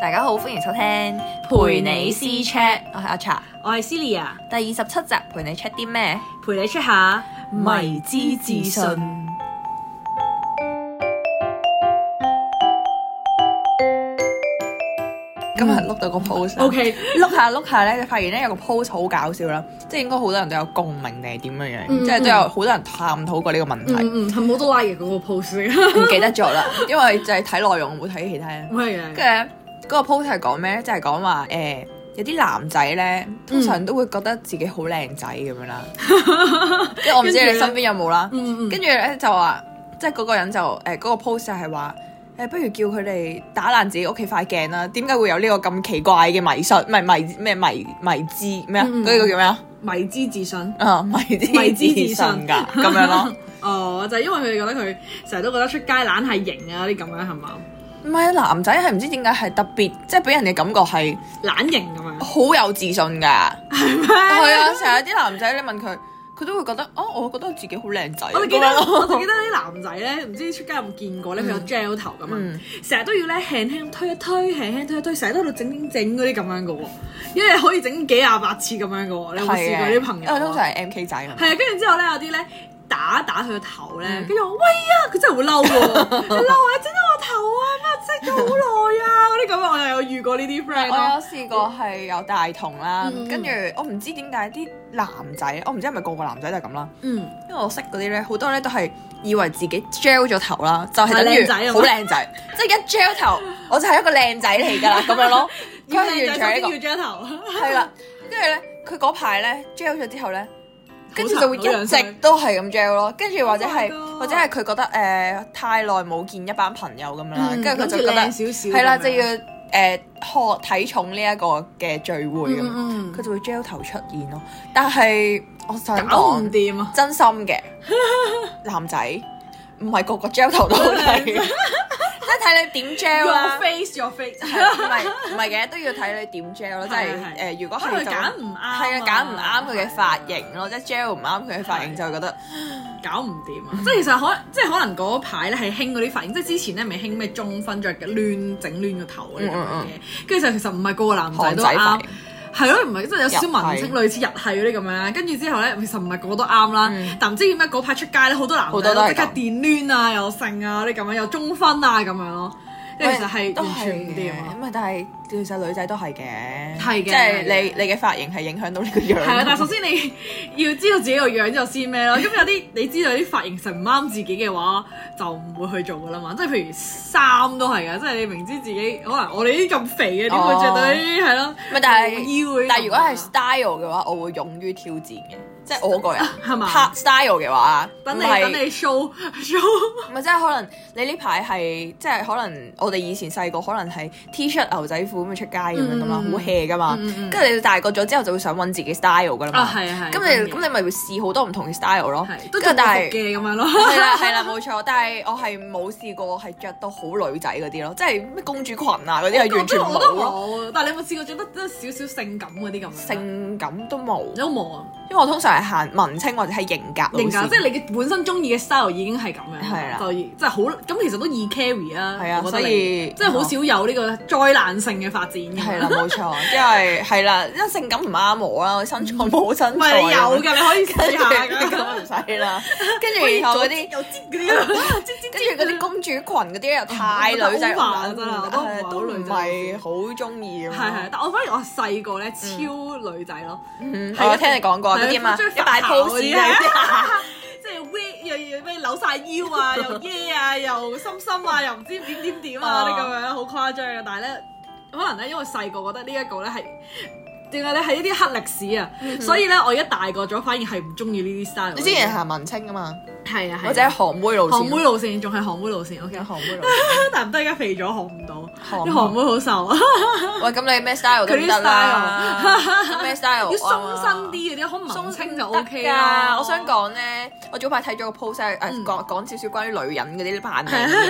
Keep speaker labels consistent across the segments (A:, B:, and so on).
A: 大家好，歡迎收聽
B: 陪你私 Chat
A: 我係阿茶，
B: 我係 Celia，
A: 第二十七集陪你 check 啲咩？
B: 陪你 check 下
A: 迷之自信。今日碌到個 post 啊
B: OK，
A: 碌下碌下咧，就發現咧有個 post 好搞笑啦，即係應該好多人都有共鳴定係點樣樣，
B: 嗯
A: 即係都有好多人探討過呢個問題，
B: 嗯
A: 唔、
B: 嗯，係冇得拉嘅嗰個 post
A: 記得咗啦，因為就係睇內容，冇睇其他人。
B: 嚟嘅，係
A: 跟住嗰個 post 係講咩咧？就係講話誒，有啲男仔咧，通常都會覺得自己好靚仔咁樣啦。 即係我唔知你身邊有冇啦。
B: 嗯嗯
A: 跟住咧就話，即係嗰個人就誒嗰個 post 就係話。誒，不如叫佢哋打爛自己屋企塊鏡啦！點解會有呢個咁奇怪嘅迷信？唔係迷咩迷迷之咩啊？
B: 嗯嗯
A: 嗰個叫咩啊？
B: 迷之自信。
A: 啊，迷之
B: 迷之
A: 自
B: 自信
A: 信㗎咁樣咯。
B: 哦，就係因為佢哋覺得佢成日都覺得出街懶係型啊啲咁樣係嘛，
A: 唔係啊，男仔係唔知點解係特別，即係俾人哋感覺係
B: 懶型咁 樣。
A: 好有自信㗎。哦係啊，成日啲男仔你問佢，佢都會覺得哦，我覺得自己好靚仔。啊
B: 我就 記得，
A: 咁樣咯
B: 我就記得啲男仔咧，唔知出街有冇見過咧，佢有 gel 頭咁啊
A: 哦嗯，
B: 成日都要咧輕輕推一推，輕輕推一推，成日都喺度整整整嗰啲咁樣嘅喎，因為可以整幾廿八次咁樣嘅喎，你有冇試
A: 係
B: 過
A: 嘅
B: 啲朋友
A: 因
B: 啊？
A: 為通常係 M K 仔啊嘛
B: 係啊，跟住之後咧有啲咧打打佢個頭咧，
A: 嗯
B: 跟住我喂呀，佢真係會 嬲喎，佢嬲啊，整到我頭啊，咩整咗好耐啊，嗰啲咁啊，我又有遇過呢啲 friend
A: 我
B: 咯。
A: 有試過係有大童啦
B: 嗯，
A: 跟住我唔知點解啲男仔，我唔知係咪個個男仔都係咁啦，
B: 嗯，
A: 因為我識嗰啲咧，好多咧都係以為自己 gel 咗頭啦，就係等
B: 係靚
A: 於
B: 仔啊嘛
A: 好靚仔， 即係一 gel 頭我就係一個靚仔嚟㗎啦，咁樣 咯，佢
B: 要
A: 係
B: 靚
A: 完全
B: 仔
A: 係
B: 首
A: 一個
B: 先要張頭，
A: 係啦，跟住咧，佢嗰排咧 gel 咗之後咧，跟住
B: 好
A: 就會一
B: 殘好樣衰
A: 直都係咁 gel 咯，跟住或者係
B: Oh my god
A: 或者係佢覺得誒、呃太耐冇見一班朋友咁樣啦，
B: 嗯
A: 啊跟住佢就覺
B: 諗住
A: 得
B: 靚少少
A: 係啦，
B: 咁樣
A: 就要誒、呃、學體重呢一個嘅聚會咁，佢、
B: 嗯嗯
A: 就會 gel 頭出現咯。但係我想
B: 搞唔
A: 講
B: 掂啊！
A: 真心嘅 男仔，唔係個個 gel 頭 都好靚，即係睇啊你點 gel
B: 啊 Your
A: 啦。
B: face, your face，
A: 係唔係唔係嘅，都要睇你點 gel 咯，即係
B: 係係
A: 誒，如果
B: 可
A: 係
B: 能佢
A: 就
B: 揀唔啱啊
A: 係啊，揀唔啱佢嘅髮型咯，即係 gel 唔啱佢嘅髮型
B: 係
A: 就會覺得
B: 搞唔掂啊！即係其實可即係可能嗰排咧係興嗰啲髮型，即係之前咧咪興咩中分着嘅亂整亂個頭嗰啲咁
A: 嗯
B: 樣
A: 嗯
B: 嘅，跟住就其實唔係個個男仔
A: 韓
B: 都
A: 仔髮
B: 啱
A: 型。。
B: 係咯，唔係即係有少少文
A: 日
B: 青
A: 系
B: 類似日系嗰啲咁樣啦，跟住之後咧，其實唔係個個都啱啦，
A: 嗯
B: 但唔知點解嗰排出街咧，好多男
A: 好多
B: 仔
A: 都係
B: 都即刻
A: 咁
B: 電攣啊，又剩啊啲咁樣，又中分啊咁樣咯，即係其實係完全唔掂啊
A: 嘅，。唔係但係其實女仔都係嘅，
B: 係嘅
A: 即係
B: 係嘅
A: 你你嘅髮型係影響到呢個樣。
B: 係啊，但係首先你要知道自己個樣之後先咩咯。咁有啲你知道有啲髮型實唔啱自己嘅話，就唔會去做噶啦嘛。即係譬如衫都係噶，即係你明知自己可能我哋呢啲咁肥嘅，點會着到呢啲係
A: 唔
B: 咯？
A: 係哦啊但係
B: 冇腰嗰啲
A: 但係如果
B: 咁啊
A: 係 style 嘅話，我會勇於挑戰嘅，即係我個人
B: 係嘛
A: 拍 style 嘅話，
B: 等你
A: 唔係
B: 等你 show show。
A: 唔係即係可能你呢排係即係可能我哋以前細個可能係 T 恤牛仔褲咁樣出街咁樣噶嘛，
B: 嗯
A: 好 hea 噶嘛
B: 嗯嗯，嗯
A: 啊跟住你大個咗之後就會想揾自己 style 噶啦嘛
B: 啊，係啊係
A: 咁
B: 真
A: 你
B: 嘅
A: 咁你咪會試好多唔同嘅 style 咯，
B: 係都
A: 跟住
B: 仲服
A: 但係。
B: 嘅咁樣咯。
A: 係啦，係啦，冇錯。但係我係冇試過係着到好女仔嗰啲咯，即係咩公主裙啊嗰啲係 完全
B: 哦我都
A: 冇咯，
B: 冇，但係你有冇試過着得得少少性感嗰啲咁樣？
A: 性感都冇。
B: 你都冇啊，
A: 因為我通常係行文青或者係型格
B: 型
A: 路
B: 㗎，
A: 線
B: 即係你嘅本身中意嘅 style 已經係咁樣，
A: 係啦
B: 就已即係好咁，其實都易 carry 啊。
A: 係啊
B: 我覺得
A: 所
B: 你
A: 以
B: 即係好少有呢個災難性嘅發展嘅。
A: 係啦，冇錯，因為係啦，因為性感唔啱我啦，我身材冇身材。
B: 唔係你有㗎，你可以
A: 跟
B: 試
A: 住
B: 下
A: 咁
B: 㗎。
A: 唔使啦，跟住然後嗰啲，
B: 有啲嗰啲，
A: 跟住 嗰啲公主裙嗰啲又太女仔
B: 我覺得 over 啊真係我
A: 都
B: 都
A: 唔嗯
B: 唔
A: 係
B: 係
A: 好中意咁啊
B: 係係，
A: 咯。
B: 但我反而我細個咧超女仔咯。
A: 嗯
B: 係
A: 我聽你講過嗰啲嘛，
B: 係啊
A: 一擺
B: 嗰啲
A: pose 啊，
B: 即係 V 又又咩扭晒腰 啊，又耶啊，又心心啊，又唔知點點點啊
A: 啊
B: 啲咁樣，好誇張嘅。但係咧，可能咧，因為細個覺得呢一個咧係點解咧係一啲黑歷史啊，所以咧我而家大個咗，反而係唔中意呢啲 style。
A: 嗯你之前行文青啊嘛，
B: 係啊，係啊
A: 或者係韓妹路線，
B: 韓妹路線，仲係韓妹路線。O K，
A: 韓妹路線。
B: 但唔得，而家肥咗韓唔到，
A: 韓
B: 啲韓妹好瘦 啊，
A: 喂，咁你咩 style 都唔得啦，咁咩 style
B: 要鬆身。啲嗰啲，可能文青就 O K 啦。
A: 我想講咧，我早排睇咗個 post 誒
B: 嗯
A: 講講少少關於女人嗰啲 扮靚嘅，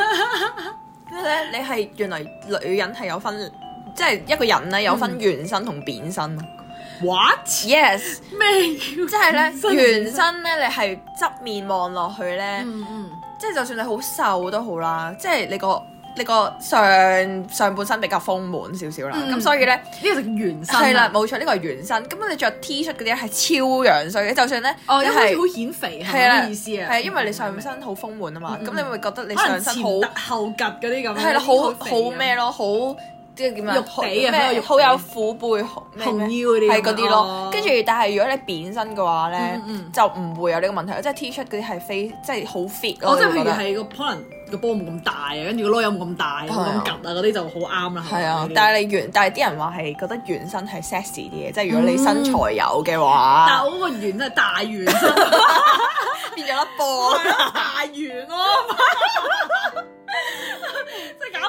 A: 因為咧你係原來女人係有分，即係一個人咧有
B: 嗯
A: 分圓身同扁身。
B: what
A: Yes，嗯
B: 咩叫
A: 即係咧
B: 真
A: 圓身咧，你係側面望落去咧，
B: 嗯嗯
A: 即係就算你好瘦都好啦，即係你個你個上上半身比較豐滿少少啦，咁、
B: 嗯
A: 所以咧。
B: 呢個就原生啊
A: 係啦，冇錯，呢個係原身。咁你着 T 恤嗰啲係超樣衰嘅，就算咧，
B: 哦，
A: 你
B: 因為
A: 係
B: 好似好顯肥係
A: 係
B: 咪
A: 啦，
B: 咩意思啊？
A: 係因為你上身好豐滿啊嘛，
B: 嗯
A: 咁你咪覺得你
B: 可能
A: 上身好
B: 前凸後趌嗰啲咁樣，
A: 係啦，好
B: 肥啊
A: 好
B: 咁
A: 咩咯，好即係點啊
B: 肉地
A: 好咩
B: 啊好有肉
A: 好
B: 地
A: 有虎背好咩
B: 紅
A: 咩
B: 腰嗰啲
A: 係
B: 咁
A: 嗰啲
B: 樣
A: 咯
B: 哦。
A: 跟住，但係如果你扁身嘅話咧
B: 嗯嗯，
A: 就唔會有呢個問題，即係 T 恤嗰啲係非即係好 fit 咯。
B: 哦，即係
A: 你會覺
B: 譬如
A: 得
B: 係個可能個波冇咁大啊，跟住個籮柚冇咁大，冇
A: 係啊
B: 咁趌啊嗰啲就好啱啦。
A: 係啊，
B: 但
A: 但係你原，但係啲人話係覺得原身係 sexy 啲嘅，即係如果你身材有嘅話，
B: 嗯但係我嗰個圓真係大圓身，
A: 變咗粒波。
B: 大圓咯， 真係搞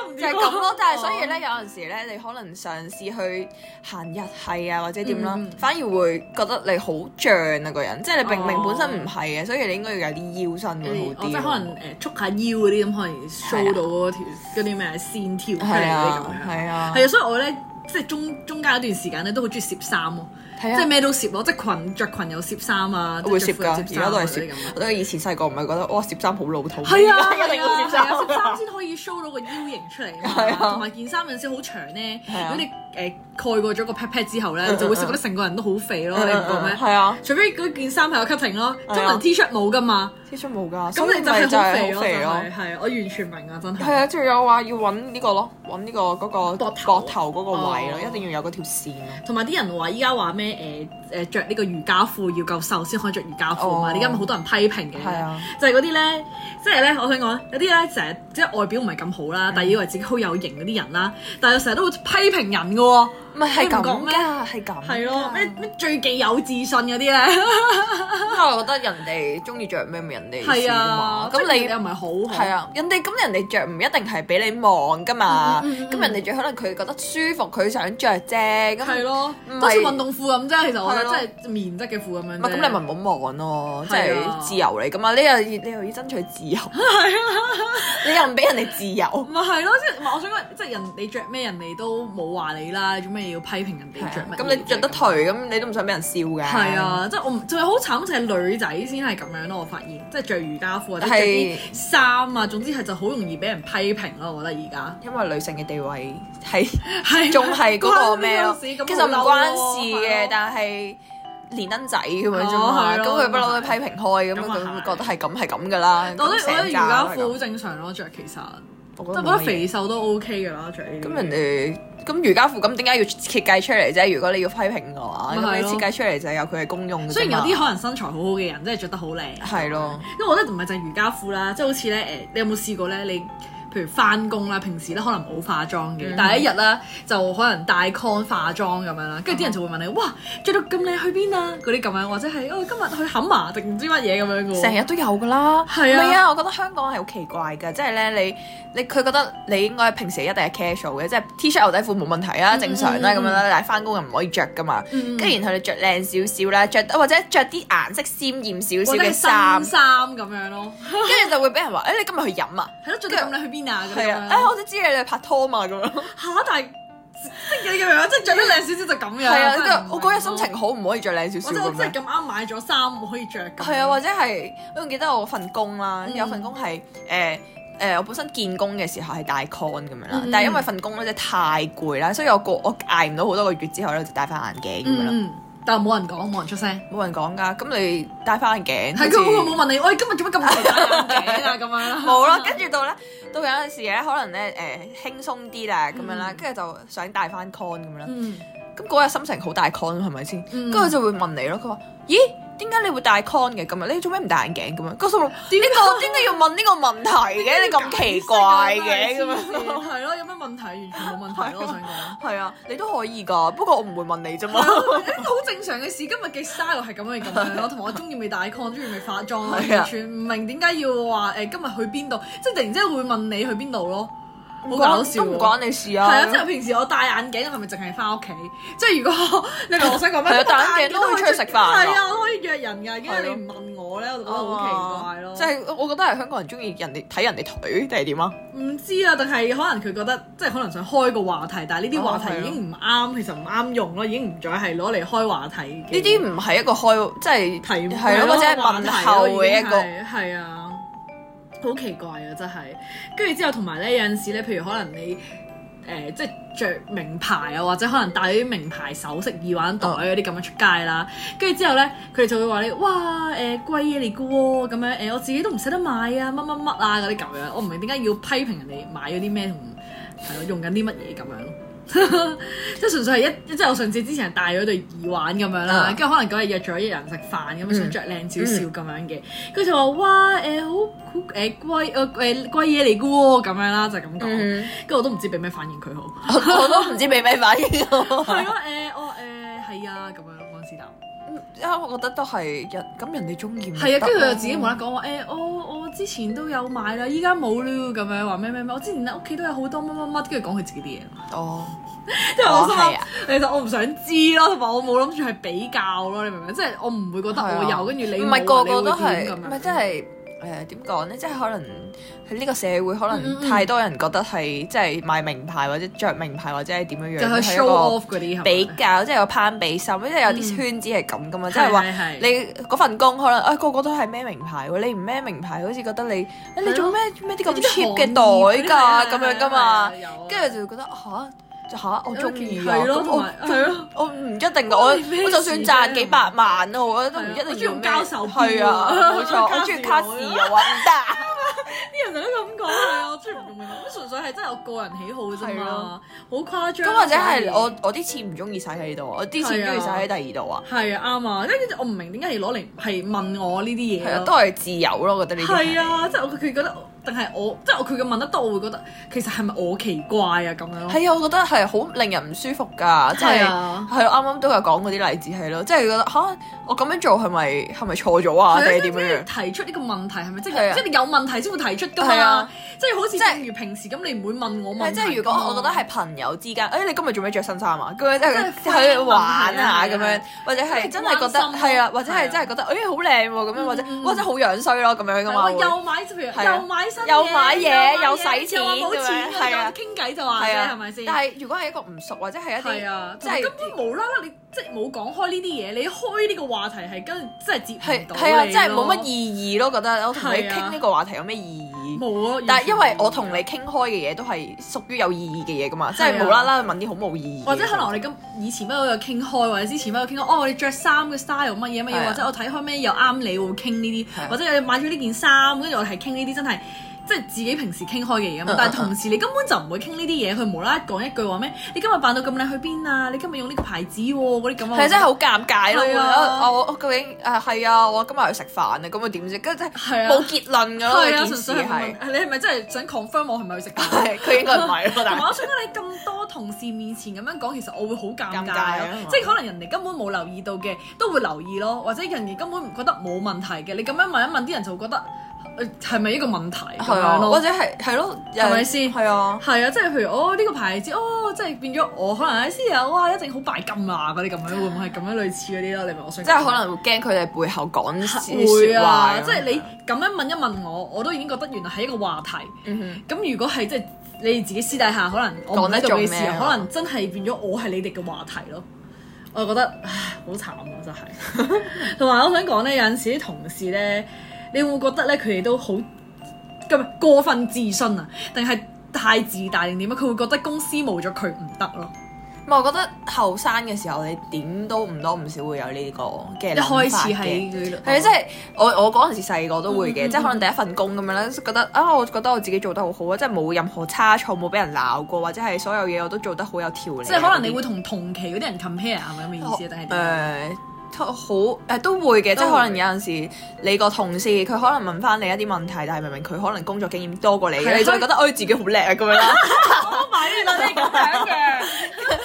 B: 唔掂。
A: 就係咁 咯，但係所
B: 哦
A: 以咧，有陣時咧，你可能嘗試去行日系啊，或者點啦
B: 嗯嗯，
A: 反而會覺得你好脹啊個人，即係你明明
B: 哦
A: 本身唔係嘅，所以你應該要有啲腰身
B: 你
A: 會
B: 哋
A: 好
B: 我即
A: 啲
B: 係可能
A: 咯。
B: 誒捉下腰嗰啲咁，可能 show 到嗰條嗰啲咩線條出
A: 係
B: 嚟嗰啲咁
A: 啊，
B: 樣。
A: 係啊，
B: 係啊，所以我咧即係中中間有段時間咧都好中意攝衫咯，
A: 係
B: 即
A: 啊，
B: 係咩都攝咯，即係裙着裙又攝衫啊，
A: 我會
B: 即
A: 攝
B: 係
A: 㗎，
B: 着
A: 而家
B: 褲又攝衫啊
A: 都係
B: 嗰啲
A: 攝
B: 咁樣。。
A: 我覺得以前細個唔係覺得哇攝衫好老土，
B: 係啊，
A: 而家一定要攝
B: 係啊，攝衫
A: 衫。
B: 先可以 show 到個腰型出嚟
A: 係啊，
B: 嘛同埋件衫有陣時好長咧，
A: 係啊
B: 如果你誒蓋過咗個 pat pat 之後 咧，
A: 嗯
B: 你就會覺得成個人都好肥 咯，你唔覺咩？
A: 係啊
B: 除非嗰件衫係有 cutting 咯，
A: 係啊
B: 中文 T 恤冇噶嘛，
A: ，T 恤冇㗎，
B: 咁
A: 所以
B: 你就
A: 咪
B: 係
A: 就
B: 好
A: 係
B: 肥
A: 好
B: 咯，
A: 肥
B: 就
A: 咯。
B: 係係，我完全明啊，真
A: 係
B: 係。
A: 啊，仲有話要揾呢個咯，揾呢個嗰個
B: 膊頭
A: 膊頭嗰個位咯，
B: 哦
A: 一定要有嗰條線咯。
B: 同埋啲人話依家話咩誒誒著呢個瑜伽褲要夠瘦先可以着瑜伽褲嘛？
A: 哦
B: 你而家咪好多人批評嘅，
A: 係啊
B: 就係嗰啲咧，即係咧，我想講有啲咧成日即係外表唔係咁好啦，但係以為自己好有型嗰啲人啦，但係又成日都會批評人嘅喎，
A: 唔係係
B: 你唔
A: 咁
B: 覺咩
A: 㗎，係咁。
B: 係咯，咩咩最忌有自信嗰啲咧，
A: 咁我覺得人哋中意着咩咪人哋事
B: 係
A: 嘛
B: 啊，，
A: 咁
B: 即係又
A: 你。
B: 唔係好好，
A: 係，啊，人哋咁人哋着唔一定係俾你望噶嘛，
B: 嗯嗯嗯
A: 咁人哋着可能佢覺得舒服，佢想着啫，咁
B: 係啊咯，
A: 唔係
B: 好似運動褲咁啫，其實我覺
A: 係
B: 得
A: 咯
B: 真係棉質嘅褲咁樣
A: 唔
B: 啫。
A: 係咁你咪唔好望咯，即
B: 係啊
A: 係自由嚟噶嘛，你又要你又要爭取自 由，
B: 啊
A: 你又唔俾人哋自由，
B: 咪係咯，即係唔係我想講，即係人你着咩人哋都冇話你啦，做咩要批評人哋着
A: 啊
B: 乜嘢？
A: 咁你着得頹咁，你都唔想俾人笑㗎。
B: 係，啊，即係我唔最好慘就係女仔先係咁樣咯，我發現即係着瑜伽褲或者
A: 係
B: 着啲衫啊，總之係就好容易俾人批評咯，我覺得而家
A: 因為女性嘅地位係
B: 係
A: 仲係嗰個咩咯？
B: 關
A: 其
B: 呢
A: 實
B: 個事
A: 唔關事嘅，。
B: 咁好嬲咯
A: 但係連登仔咁樣啫嘛，
B: 哦係
A: 咁
B: 咯
A: 佢不嬲都批評開，咁
B: 咁
A: 佢會
B: 啊係
A: 覺得係咁係咁噶啦。
B: 係咯我覺得我
A: 咁成
B: 覺得瑜
A: 家
B: 伽
A: 都係
B: 褲
A: 咁
B: 好正常咯，着其實
A: 我
B: 即
A: 覺得
B: 係覺得
A: 冇乜嘢
B: 肥瘦都 OK 嘅啦，着呢啲
A: 咁人哋。咁瑜伽褲咁點解要設計出嚟啫？如果你要批評嘅話，
B: 咪
A: 咁
B: 係
A: 你
B: 咯
A: 設計出嚟就係有佢嘅功用嘅啫嘛。
B: 雖然有啲可能身材好好嘅人，真係着得好靚。
A: 係咯，
B: 因為我覺得唔係就係瑜伽褲啦，即係好似咧誒，你有冇試過咧？你譬如翻工啦，平時咧可能冇化妝
A: 嗯
B: 嘅，但係一日咧就可能帶 con 化妝咁樣啦，跟住啲人就會問你：哇，着到咁靚去邊啊？嗰啲咁樣，或者係哦今日去冚牙定唔知乜嘢咁樣嘅喎。
A: 成日都有噶啦，
B: 係
A: 唔
B: 啊
A: 係啊，我覺得香港係好奇怪㗎，即係咧你你佢覺得你應該平時一定係 casual 嘅，即係 T 恤牛仔褲冇問題
B: 嗯
A: 啊，正常啦咁樣啦，但係翻工又唔可以着噶嘛，跟住然後你着靚少少啦，着或者着啲顏色鮮豔少
B: 嗯或
A: 少
B: 者係
A: 嘅
B: 新
A: 衫，
B: 衫咁樣咯，
A: 跟住就會俾 人話：，誒、你今日去飲啊？
B: 係咯，着得咁靚去邊啊？咁
A: 係
B: 樣
A: 啊，誒、我都知你哋拍拖嘛咁樣。
B: 嚇，但係即係咁樣，即係着得靚少少就咁樣。
A: 係啊，
B: 真
A: 跟
B: 係
A: 住
B: 唔明
A: 我嗰日
B: 咯
A: 心情，好，唔可以着靚少
B: 或
A: 少
B: 者我
A: 咁
B: 真係
A: 樣。
B: 咁啱買咗衫，我可以着咁樣。
A: 係啊，或者係我仲記得我份工啦，
B: 嗯
A: 有份工係誒誒，我本身見工嘅時候係帶 con 咁樣啦，
B: 嗯
A: 但係因為份工咧真係太攰啦，所以我個我捱唔到好多個月之後咧就戴翻眼鏡咁樣啦。
B: 嗯，嗯但係冇人講，冇人出聲。
A: 冇人講㗎，咁你戴翻眼鏡
B: 係佢
A: 好似
B: 會冇問你，我今日做乜咁大戴眼鏡啊？咁樣啦，
A: 冇 啦，跟住到咧，到有陣時咧，可能咧誒輕鬆啲啦咁樣啦，跟住就想戴翻 con 咁樣啦。
B: 嗯，
A: 咁嗰日心情好大 con 係咪先？跟
B: 嗯
A: 住佢就會問你咯，佢話：咦，點解你會戴 con 嘅咁樣？你做咩唔戴眼鏡咁樣？嗰心諗呢
B: 點解
A: 個點解要問呢個問題嘅？你咁奇怪 嘅咁樣。
B: 樣，係咯，有咩問題？完全冇問題咯，我想講。
A: 係啊，你都可以㗎，不過我唔會問你啫嘛。
B: 啊好正常嘅事，今日嘅 style 係咁樣咁樣咯，同埋我中意未戴 con，中意未化妝咯，
A: 係啊
B: 完全唔明點解要話誒今日去邊度，即係突然之間會問你去邊度咯，好搞笑
A: 都唔
B: 喎。
A: 關你事
B: 係
A: 啊。
B: 啊，即係平時我戴眼鏡係咪淨係翻屋企？即係如果你明我想講咩？
A: 係啊
B: 我
A: 戴眼鏡都可以出去食飯㗎
B: 係啊，我可以約人㗎。
A: 係
B: 因
A: 咯
B: 為你唔問我咧，我就覺得好奇怪
A: 哦
B: 咯。
A: 即係我覺得係香港人中意人哋睇人哋腿定係點啊？
B: 唔知啊，定係可能佢覺得即係可能想開個話題，但係呢啲話題已經唔啱，其實唔啱用咯，已經唔再係攞嚟開話題嘅
A: 呢啲唔係一個開即係
B: 題目
A: 係咯，或者係問候嘅一個
B: 係啊。好奇怪啊，真係。跟住之後同埋咧，有陣時咧，譬如可能你誒、呃即係着名牌啊，或者可能戴啲名牌首飾、耳環、袋嗰啲咁樣出街啦。跟住之後咧，佢哋就會話你哇誒、呃貴嘢嚟嘅喎，咁樣誒、呃我自己都唔捨得買啊，乜乜乜啊嗰啲咁樣。我唔明點解要批評人哋買咗啲咩同係咯用緊啲乜嘢咁樣咯。 即係純粹係一，即係我上次之前係戴咗對耳環咁樣啦，
A: 嗯
B: 跟住可能嗰日約咗一人食飯咁樣，想
A: 嗯
B: 着靚少少咁樣嘅，佢就話哇誒、好好誒貴誒呃誒貴嘢嚟嘅喎咁樣啦，就係咁講，跟
A: 嗯
B: 住、我都唔知俾咩反應 佢好，
A: 我我都唔知俾咩反應啊我。
B: 係咯誒我誒係啊咁樣咯嗰陣時答，
A: 因為我覺得都係人咁人哋中意咪
B: 係
A: 得
B: 啊，跟住佢
A: 咯
B: 就自己無啦講話誒我我之前都有買啦，依家冇啦咁樣話咩咩咩，我之前喺屋企都有好多乜乜乜，跟住講佢自己啲嘢。
A: 哦，
B: 即係我心
A: 哦係
B: 諗
A: 啊，
B: 其實我唔想知咯，同埋我冇諗住係比較咯，你明唔明？即係我唔會覺得我
A: 係啊
B: 有，跟住你
A: 唔
B: 係
A: 係個個都
B: 係
A: 係，唔係即係誒點講咧？即係可能喺呢個社會，可
B: 嗯嗯
A: 能
B: 嗯
A: 太多人覺得係即係買名牌或者着名牌或者係點樣樣，
B: 就
A: 都
B: 去
A: 係一
B: show
A: 個
B: off 嗰啲係咪
A: 比較，即係有攀比心，因為有啲
B: 嗯
A: 圈子係咁噶嘛，即係話
B: 係係係
A: 你嗰份工可能啊個個都係咩名牌喎，你唔咩名牌，好似覺得你啊你做咩咩啲咁 cheap 嘅
B: 啊
A: 袋㗎咁樣噶嘛，，跟住就會覺得吓就吓我中意啊，
B: 係咯，
A: 咁
B: 同
A: 我
B: 埋係咯。
A: 我唔一定㗎，我
B: 關你咩事
A: 我就算賺幾百萬啊，我覺得都唔
B: 係啊
A: 一定
B: 我中意用膠手錶
A: 係啊，冇 錯，
B: 卡士
A: 我中意卡士
B: 我
A: 啊，揾
B: 啲人就都咁講係啊我中意唔用名牌，咁純粹係真係我個人喜好啫
A: 係
B: 嘛
A: 咯，
B: 好誇
A: 得。
B: 張。啊
A: 咁或者
B: 所以
A: 係我我啲錢唔中意使喺度，啊我啲錢中意使喺第二度啊，
B: 係啊啱啊，跟住我唔明點解要攞嚟係問我呢啲
A: 係
B: 嘢
A: 啊，
B: 咯
A: 都。係自由咯，我覺得呢啲
B: 係啊，即係我佢覺得，定係我即係我佢嘅問得多，我會覺得其實係咪我奇怪啊咁樣咯？
A: 係啊，我覺得係好令人唔舒服㗎，即係
B: 係
A: 係
B: 啊
A: 啊啱啱都有講嗰啲例子係咯，即係覺得吓我咁樣做係咪係咪錯咗啊？定係點樣樣？
B: 提出呢個問題係咪即
A: 係
B: 係
A: 啊
B: 即係你有問題先會提出㗎
A: 係
B: 嘛
A: 啊？
B: 即係好似
A: 即係
B: 正如平時咁，你唔會問我
A: 係
B: 問題。
A: 即係如果我覺得，係朋友之間，誒、你今日做咩着新衫啊？咁樣即係
B: 即係
A: 去玩下咁
B: 係啊係
A: 樣
B: 啊，
A: 或者係真係覺得
B: 關心咯
A: 係啊，或者
B: 係啊
A: 係真係覺得誒好靚喎咁樣，或者
B: 嗯嗯
A: 哇真係好樣衰咯咁啊樣噶嘛
B: 我。又買譬如
A: 係啊
B: 又買新嘢
A: 又買嘢
B: 又
A: 又
B: 買
A: 使錢
B: 又話冇錢
A: 咁樣係啊
B: 又傾偈就話
A: 會
B: 啫，係咪先？
A: 但係如果係一個唔熟或者係一
B: 係
A: 啲
B: 啊，即
A: 即
B: 係
A: 係
B: 根本無啦啦，你即係冇講開呢啲嘢，你開呢個話題係跟即係接唔
A: 係
B: 到
A: 係啊，
B: 你
A: 真係冇乜
B: 咯
A: 意義咯。覺得我同你
B: 係啊
A: 傾呢個話題有咩意義？
B: 冇啊。
A: 但係因為我
B: 完全冇
A: 同你傾開嘅嘢都係屬於有意義嘅嘢噶嘛，即
B: 係
A: 係
B: 啊
A: 無啦啦問啲好冇意義嘅嘢。
B: 或者可能我哋今以前乜都有傾開，或者之前乜都傾開，哦，我哋着衫嘅 style 乜嘢乜
A: 係
B: 嘢，
A: 啊
B: 或者我睇開咩又啱你會傾
A: 係
B: 呢啲，
A: 啊
B: 或者你買咗呢件衫，跟住我係傾呢啲真係。即係自己平時傾開嘅嘢啊嘛
A: 嗯，
B: 但係
A: 嗯
B: 同時你根本就唔會傾呢啲嘢，佢無啦啦講一句話咩？你今日扮到咁靚去邊啊？你今日用呢個牌子喎，嗰啲咁啊，
A: 係真係好尷尬咯！
B: 係
A: 會
B: 啊
A: 啊我我究竟誒係啊，我今日去食飯啊，咁啊點啫？跟住真
B: 係啊
A: 係冇結論㗎咯，
B: 係啊，
A: 件
B: 純
A: 事
B: 粹係問
A: 係
B: 你係咪真係想 confirm 我係咪去食飯？
A: 係佢應該唔係咯，
B: 同
A: 但
B: 埋
A: 係
B: 我想講你咁啊多同事面前咁樣講，其實我會好尷
A: 尷
B: 尬
A: 尬
B: 咯
A: 啊嘛
B: 即係可能人哋根本冇留意到嘅，都會留意咯，或者人哋根本唔覺得冇問題嘅，你咁樣問一問，啲人就會覺得呃係咪一個問題咁
A: 係
B: 樣
A: 啊，或
B: 咯？
A: 者係係咯，
B: 係咪先
A: 係啊，
B: 係啊，即係譬如哦呢、個牌子，哦即係變咗我可能喺 C 啊，哇一定好拜金啊嗰啲咁樣，會唔會係咁樣類似嗰啲咯？你明我想講
A: 即係可能會驚佢哋背後講
B: 會
A: 説話
B: 啊，
A: 咁樣，
B: 即係你咁樣問一問我，我都已經覺得原來係一個話題。
A: 嗯
B: 咁如果係即係你哋自己私底下可能我唔
A: 講得
B: 喺度嘅
A: 中
B: 時
A: 咩啊
B: 候，可能真係變咗我係你哋嘅話題咯。我就覺得唉好慘啊，真係。 同埋我想講咧，有陣時啲同事咧，你會唔會覺得咧佢哋都好咁過分自信啊，定係太自大定點啊？佢會覺得公司冇咗佢唔得咯。
A: 哼，唔係我覺得後生嘅時候你點都唔多唔少會有呢個嘅
B: 一開
A: 諗法
B: 始
A: 嘅。
B: 係
A: 係
B: 佢
A: 啊，即係我我嗰陣時細個都會
B: 嗯嗯
A: 嘅，
B: 嗯
A: 即係可能第一份工咁樣咧，覺得啊，我覺得我自己做得好好啊，即係冇任何差錯，冇俾人鬧過，或者係所有嘢我都做得好有條理啊。
B: 即係
A: 嗰
B: 可能
A: 啲
B: 你會同同期嗰啲人 compare 係咪咁嘅意思啊？定係
A: 誒、
B: 點啊
A: 好誒、都會嘅，即係
B: 都會
A: 可能有陣時你個同事佢可能問翻你一啲問題，但係明明佢可能工作經驗多過你，
B: 係啊
A: 你就會覺得哎自己好叻啊咁樣啦，
B: 我買你啦，你咁樣嘅。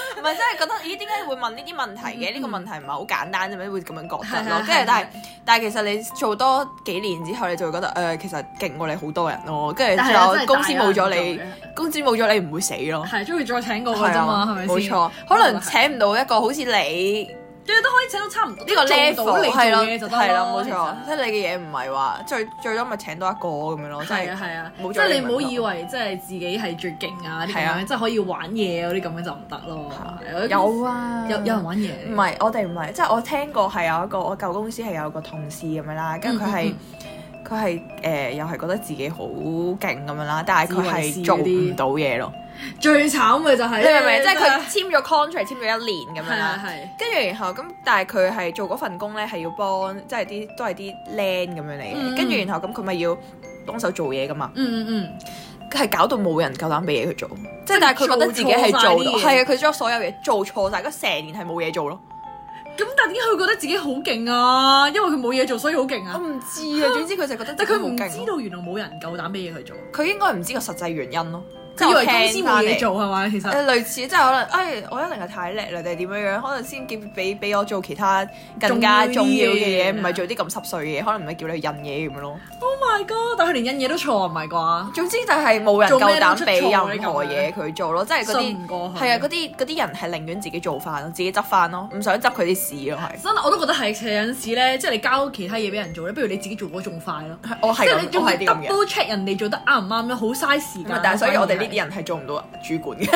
A: 唔係真係覺得咦點解會問呢啲問題 嘅？呢、個問題唔係好簡單啫咩？會咁樣覺得
B: 係係
A: 咯，跟
B: 係
A: 住但係但係其實你做多幾年之後，你就會覺得誒、其實勁過你好多人咯，跟住
B: 但係
A: 之
B: 又
A: 後
B: 真係
A: 公司冇咗
B: 大
A: 你
B: 啊，
A: 公司冇咗你唔會死咯。
B: 係，中意再請過嘅
A: 哦係
B: 啫哦嘛，係
A: 啊
B: 咪，先？
A: 冇錯，可能請唔到一個好似你
B: 最都可以請到差唔多
A: 呢個 level
B: 係
A: 係
B: 咯，
A: 咯，
B: 係
A: 係啦，冇錯，
B: 其
A: 即係你嘅嘢唔係話最最多咪請到一個咁樣咯，即
B: 實係
A: 係
B: 啊係啊，
A: 冇咗
B: 即係
A: 呢
B: 你唔
A: 個
B: 好
A: 問題
B: 以為即係自己係最勁啊啲咁
A: 係啊
B: 樣，即係可以玩嘢啊嗰啲咁樣就唔得咯。係
A: 有啊，
B: 有有人玩嘢，
A: 唔
B: 嗯
A: 係我哋唔係，即係我聽過係有一個我舊公司係有個同事咁樣啦，跟住佢係佢係誒又係覺得自己好勁咁樣啦，但係佢
B: 自
A: 係
B: 為是
A: 做
B: 嗰啲
A: 唔到嘢咯。
B: 最慘嘅就係
A: 你明唔明？即係佢簽咗 contract，簽咗一年咁樣
B: 嗯係啊
A: 啦。
B: 係。
A: 跟住然後咁，但係佢係做嗰份工咧，係要幫即係啲都係啲僆咁樣嚟
B: 嗯
A: 嘅。跟住然後咁，佢咪要幫手做嘢噶嘛？
B: 嗯嗯嗯，
A: 佢係搞到冇人夠膽俾嘢佢做，即係但係佢覺得自己係
B: 做
A: 做
B: 錯晒
A: 到，
B: 啲嘢
A: 係啊，佢將所有嘢做錯晒，佢成年係冇嘢做咯。
B: 咁但係點解佢覺得自己好勁啊？因為佢冇嘢做，所以好勁
A: 我
B: 啊。
A: 唔知 啊，總之佢就覺得自
B: 但係
A: 己
B: 佢
A: 好
B: 唔
A: 勁
B: 知
A: 咯，
B: 道原來冇人夠膽俾嘢佢做，
A: 佢應該唔知個實際原因咯。即係
B: 佢以
A: 我
B: 為公司
A: 聽
B: 冇
A: 返
B: 嘢
A: 嚟
B: 做係嘛？其實
A: 誒類似，即係可能，哎，我一定係太叻啦，定係點樣樣？可能先叫俾俾我做其他更加重要嘅嘢，
B: 重要嘅嘢
A: 唔係做啲咁濕碎嘅嘢，可能唔係叫你去印嘢咁樣咯。
B: ，Oh my god！但係佢連印嘢都錯唔係啩？
A: 總之就係冇人
B: 做咩
A: 夠
B: 都
A: 膽俾
B: 出錯
A: 任何嘢佢做咯，即係嗰
B: 信唔
A: 啲
B: 過佢
A: 係啊，嗰啲嗰啲人係寧願自己做飯咯，自己執飯咯，唔想執佢啲屎咯，係。
B: 真係我都覺得係，其實有陣時咧，即係你交其他嘢俾人做咧，不如你自己做嗰仲快咯。
A: 我
B: 即
A: 係
B: 係你
A: 咁，
B: 仲
A: 我
B: 要
A: 係啲咁嘅。啊
B: double check 人哋做得啱唔啱咧，好嘥時間。
A: 但係所以我哋呢
B: 人。
A: 啲人係做唔到主管嘅。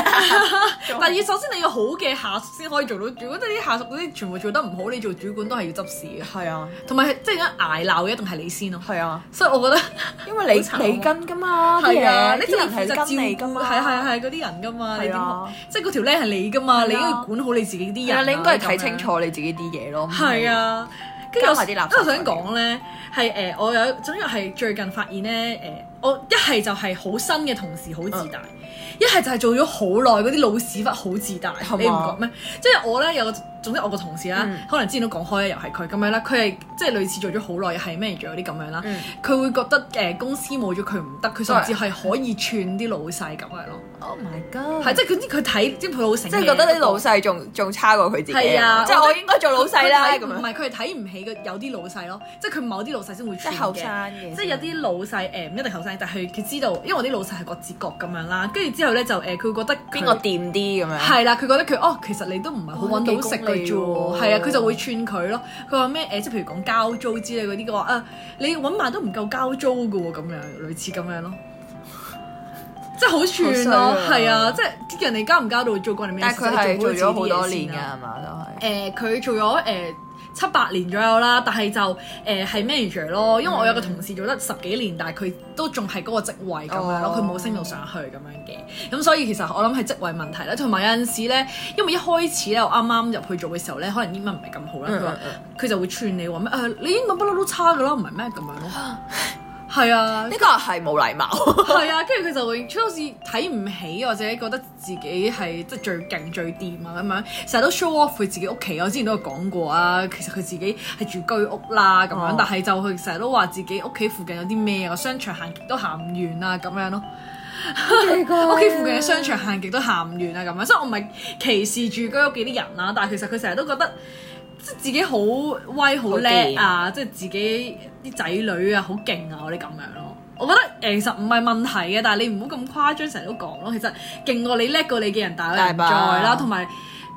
B: 但係要首先你要好嘅下屬先可以做到主管，即係啲下屬嗰啲全部做得唔好，你做主管都係要執屎嘅。
A: 係啊，
B: 同埋係即係而家捱鬧嘅一定係你先咯。
A: 係啊，
B: 所以我覺得
A: 因為
B: 好慘
A: 你
B: 啊
A: 你跟㗎嘛，啲
B: 係啊，
A: 嘢
B: 你
A: 啲人哦係
B: 照啊
A: 跟你㗎嘛，
B: 係係係嗰啲人㗎嘛，你
A: 係
B: 點
A: 啊
B: 即係嗰條僆係你㗎嘛，
A: 係啊
B: 你應該要管好你自己啲
A: 係
B: 人
A: 啊，
B: 啊。
A: 你應該係
B: 咁
A: 睇
B: 樣
A: 清。楚你自己啲嘢咯。
B: 係啊，跟住
A: 加
B: 我
A: 埋啲垃圾
B: 因為我想講咧，係誒、呃我有總之係最近發現咧，誒、我一係就係好新嘅同事好自大，
A: 嗯
B: 一係、就係做咗好耐嗰啲老屎忽好自大，
A: 係嘛
B: 你唔覺咩？即係我咧有個總之我個同事啦，
A: 嗯
B: 可能之前都講開又係佢咁樣啦，佢係即係類似做咗好耐係 manager 嗰啲咁樣啦，
A: 嗯
B: 佢、會覺得誒、呃公司冇咗佢唔得，佢甚至係可以串啲老細咁樣咯，
A: Oh my god！
B: 係、即係總之佢睇即係佢好醒
A: 即
B: 嘅，
A: 係覺得啲
B: 不過
A: 老細仲仲差過佢自己，
B: 係啊
A: 即係我應該做老細啦咁
B: 唔
A: 樣，
B: 係佢係睇唔起嘅有啲老細咯，即係佢某啲老細先會
A: 即
B: 串
A: 係後生
B: 嘅。
A: 嘅，
B: 即係有啲老細誒唔一定後生，但係佢知道，因為我啲老細係各自各咁樣啦，跟住之後咧就誒佢會覺得佢
A: 邊個掂啲咁樣。
B: 係啦，佢覺得佢哦，其實你都唔係好揾到食嘅啫
A: 哦
B: 喎，係啊，佢就會串佢咯。佢話咩誒，即係譬如講交租之類嗰啲，佢話啊，你揾埋都唔夠交租嘅喎，咁樣類似咁樣咯，即係好串
A: 好
B: 咯，
A: 衰
B: 係
A: 啊
B: 啊，即係人哋交唔交到做過你咩
A: 但
B: 事？
A: 係佢係做咗好多
B: 即係
A: 年
B: 你自己啲嘢
A: 㗎
B: 先啊
A: 係嘛，都係。
B: 誒佢做咗誒七八年左右啦，但係就誒係 manager 咯，因為我有個同事做得十幾年，但係佢都仲係嗰個職位咁樣
A: 哦
B: 咯，佢冇升到上去咁樣嘅，咁所以其實我諗係職位問題啦，同埋有陣時咧，因為一開始咧我啱啱入去做嘅時候咧，可能英文唔係咁好啦，
A: 嗯
B: 佢話
A: 嗯
B: 佢就會串你話咩誒你英文不嬲都差㗎啦，唔係咩咁樣 咯，係啊
A: 呢。個係冇禮貌，
B: 係啊，跟住佢就會出好似睇唔起或者覺得自己係即係最勁最掂啊咁樣，成日都 show off 佢自己屋企。我之前都有講過啊，其實佢自己係住居屋啦咁樣，
A: 哦
B: 但係就佢成日都話自己屋企附近有啲咩啊，商場行極都行唔完啊咁樣咯。屋
A: 屋
B: 企附近嘅商場行極都行唔完啊咁樣，所以我唔係歧視住居屋嘅啲人啦，但係其實佢成日都覺得即係自己好威好叻啊，即係自己啲仔女啊好勁啊嗰啲咁樣咯。我覺得誒其實唔係問題嘅，但係你唔好咁誇張，成日都講咯。其實勁過你叻過你嘅人大有人
A: 大
B: 在
A: 把
B: 啦，同埋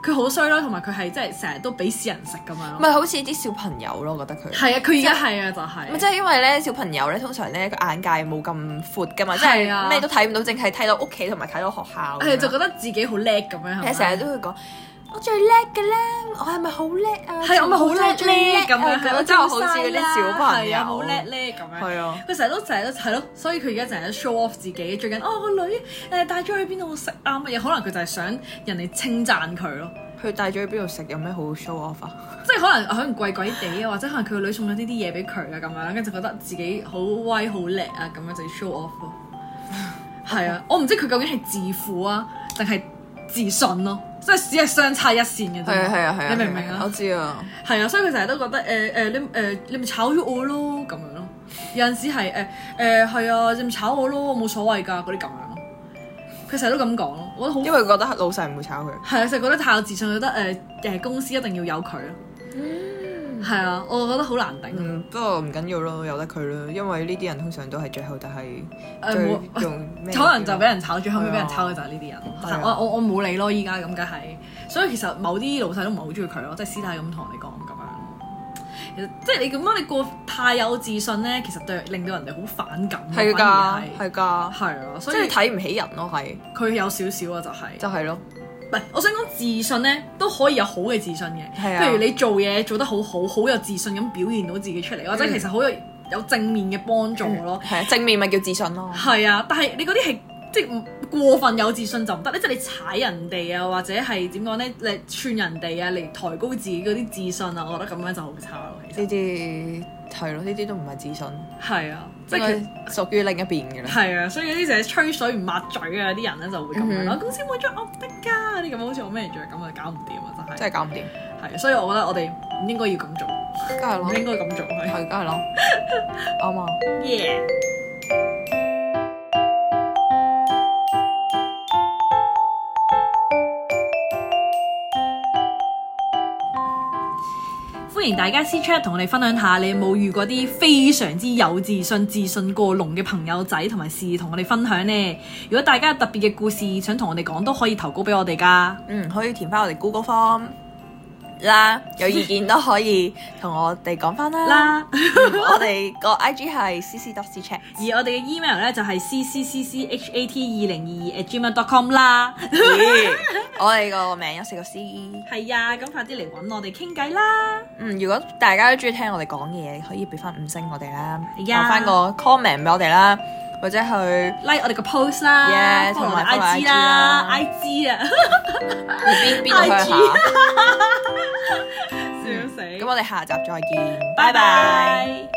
B: 佢好衰啦，同埋佢係即係成日都俾屎人食咁樣
A: 唔
B: 咯。
A: 係好似啲小朋友咯，我覺得佢。
B: 係啊，佢而家係啊，就係、
A: 咁即係因為咧，小朋友咧通常咧個眼界冇咁闊㗎嘛，即
B: 係
A: 係
B: 啊
A: 咩都睇唔到，淨係睇到屋企同埋睇到學校咁樣。
B: 係啊就覺得自己好叻咁樣，係咪
A: 係成日都會講我最叻嘅啦，我係咪好叻啊？
B: 係我咪好叻
A: 我最
B: 咧咁
A: 啊
B: 樣，係
A: 我
B: 我
A: 真係
B: 真係
A: 好
B: 好
A: 似
B: 似
A: 嗰
B: 嗰
A: 啲小朋友，
B: 啊，好叻咧咁樣。
A: 係啊。
B: 佢成日都成日都係咯，所以佢而家成日都 show off 自己。最近哦，個女誒帶咗去邊度食啊乜嘢，可能佢就係想人哋稱讚佢咯，
A: 佢帶咗去邊度食有咩好 show off 啊？
B: 即係可能可能貴貴地啊，或者可能佢個女送咗呢啲嘢俾佢啊咁樣啦，跟住就覺得自己好威好叻啊咁樣就要 show off 咯。係啊，我唔知佢究竟係自負啊，定係自信咯，即係只係相差一線嘅啫。
A: 係啊係啊係啊！
B: 你明唔明啊
A: 我？知啊，
B: 係啊，所以佢成日都覺得誒誒、呃你誒、呃你咪炒咗我咯咁樣咯，有陣時係誒誒係啊，你咪炒我咯，我冇所謂㗎嗰啲咁樣咯。佢成日都咁講咯，我覺得
A: 因為覺得老細唔會炒佢。
B: 好係啊，就覺得太有自信，覺得誒誒、呃公司一定要有佢咯。係啊，我覺得好難頂。啊
A: 嗯，不過唔緊要咯，由得佢咯，因為呢啲人通常都係最後就係
B: 誒呃冇
A: 最用咩
B: 可能就俾人炒，最後尾俾
A: 係啊
B: 人炒嘅就係呢啲人。
A: 係啊
B: 我我我冇理咯，依家咁梗係。所以其實某啲老細都唔係好中意佢咯，即係師太咁同我哋講咁樣。其實即係你咁樣，你過太有自信咧，其實對令到人哋好反感。
A: 係
B: 反而
A: 㗎，
B: 係
A: 係㗎，
B: 係啊，
A: 即
B: 所以
A: 係睇唔起人咯，係
B: 佢有少少啊，就係、
A: 就係咯，
B: 唔係，我想講自信咧都可以有好嘅自信嘅，
A: 係啊嗯
B: 譬如你做嘢做得好好，好有自信咁表現到自己出嚟，或者其實好有有正面嘅幫助咯。
A: 係啊正面咪叫自信咯。
B: 係啊，但係你嗰啲係即係唔過分有自信就唔得咧，即係你踩人哋啊，或者係點講咧，你串人哋啊，嚟抬高自己嗰啲自信啊，我覺得咁樣就好差咯。其
A: 呢
B: 實
A: 啲係咯，呢啲都唔係自信，
B: 係啊，即
A: 即
B: 係佢
A: 係屬於另一邊嘅啦。
B: 係啊，所以啲成日吹水唔抹嘴啊啲人咧就會咁樣咯。公司冇咗我唔得㗎，你咁好似我 manager 咁啊，搞唔掂啊真
A: 真
B: 係。
A: 係搞唔掂，
B: 係，所以我覺得我哋唔應該要咁做，
A: 梗係
B: 唔
A: 咯，
B: 應該咁做係。
A: 係梗係 咯，啱啊！
B: 耶！歡迎大家私 chat 同我哋分享下，你有冇遇過啲非常之有自信、自信過龍嘅朋友仔同埋事，同我哋分享呢？如果大家有特別嘅故事想同我哋講，都可以投稿俾我哋㗎。
A: 嗯，可以填翻我哋 Google Form 啦，有意見都可以同我哋講翻啦。
B: 啦，
A: 嗯我哋個 I G 係 C C dot C Chat，
B: 而我哋嘅 email 咧就係 c c c c h a t 二零二二 at gmail dot com 啦。
A: 我哋個名有四個 C。
B: 係啊，咁快啲嚟揾我哋傾偈啦！
A: 嗯，如果大家都中意聽我哋講嘢，可以俾翻五星我哋啦，
B: 係
A: 留
B: 啊
A: 翻個 comment 俾我哋啦，或者去
B: like 我哋個 post 啦
A: Yeah，
B: follow
A: 同
B: 我哋
A: 埋 follow
B: IG 啦，IG 啊，
A: 邊邊度去
B: IG
A: 下。
B: 笑死！
A: 嗯咁我哋下集再見，
B: 拜拜。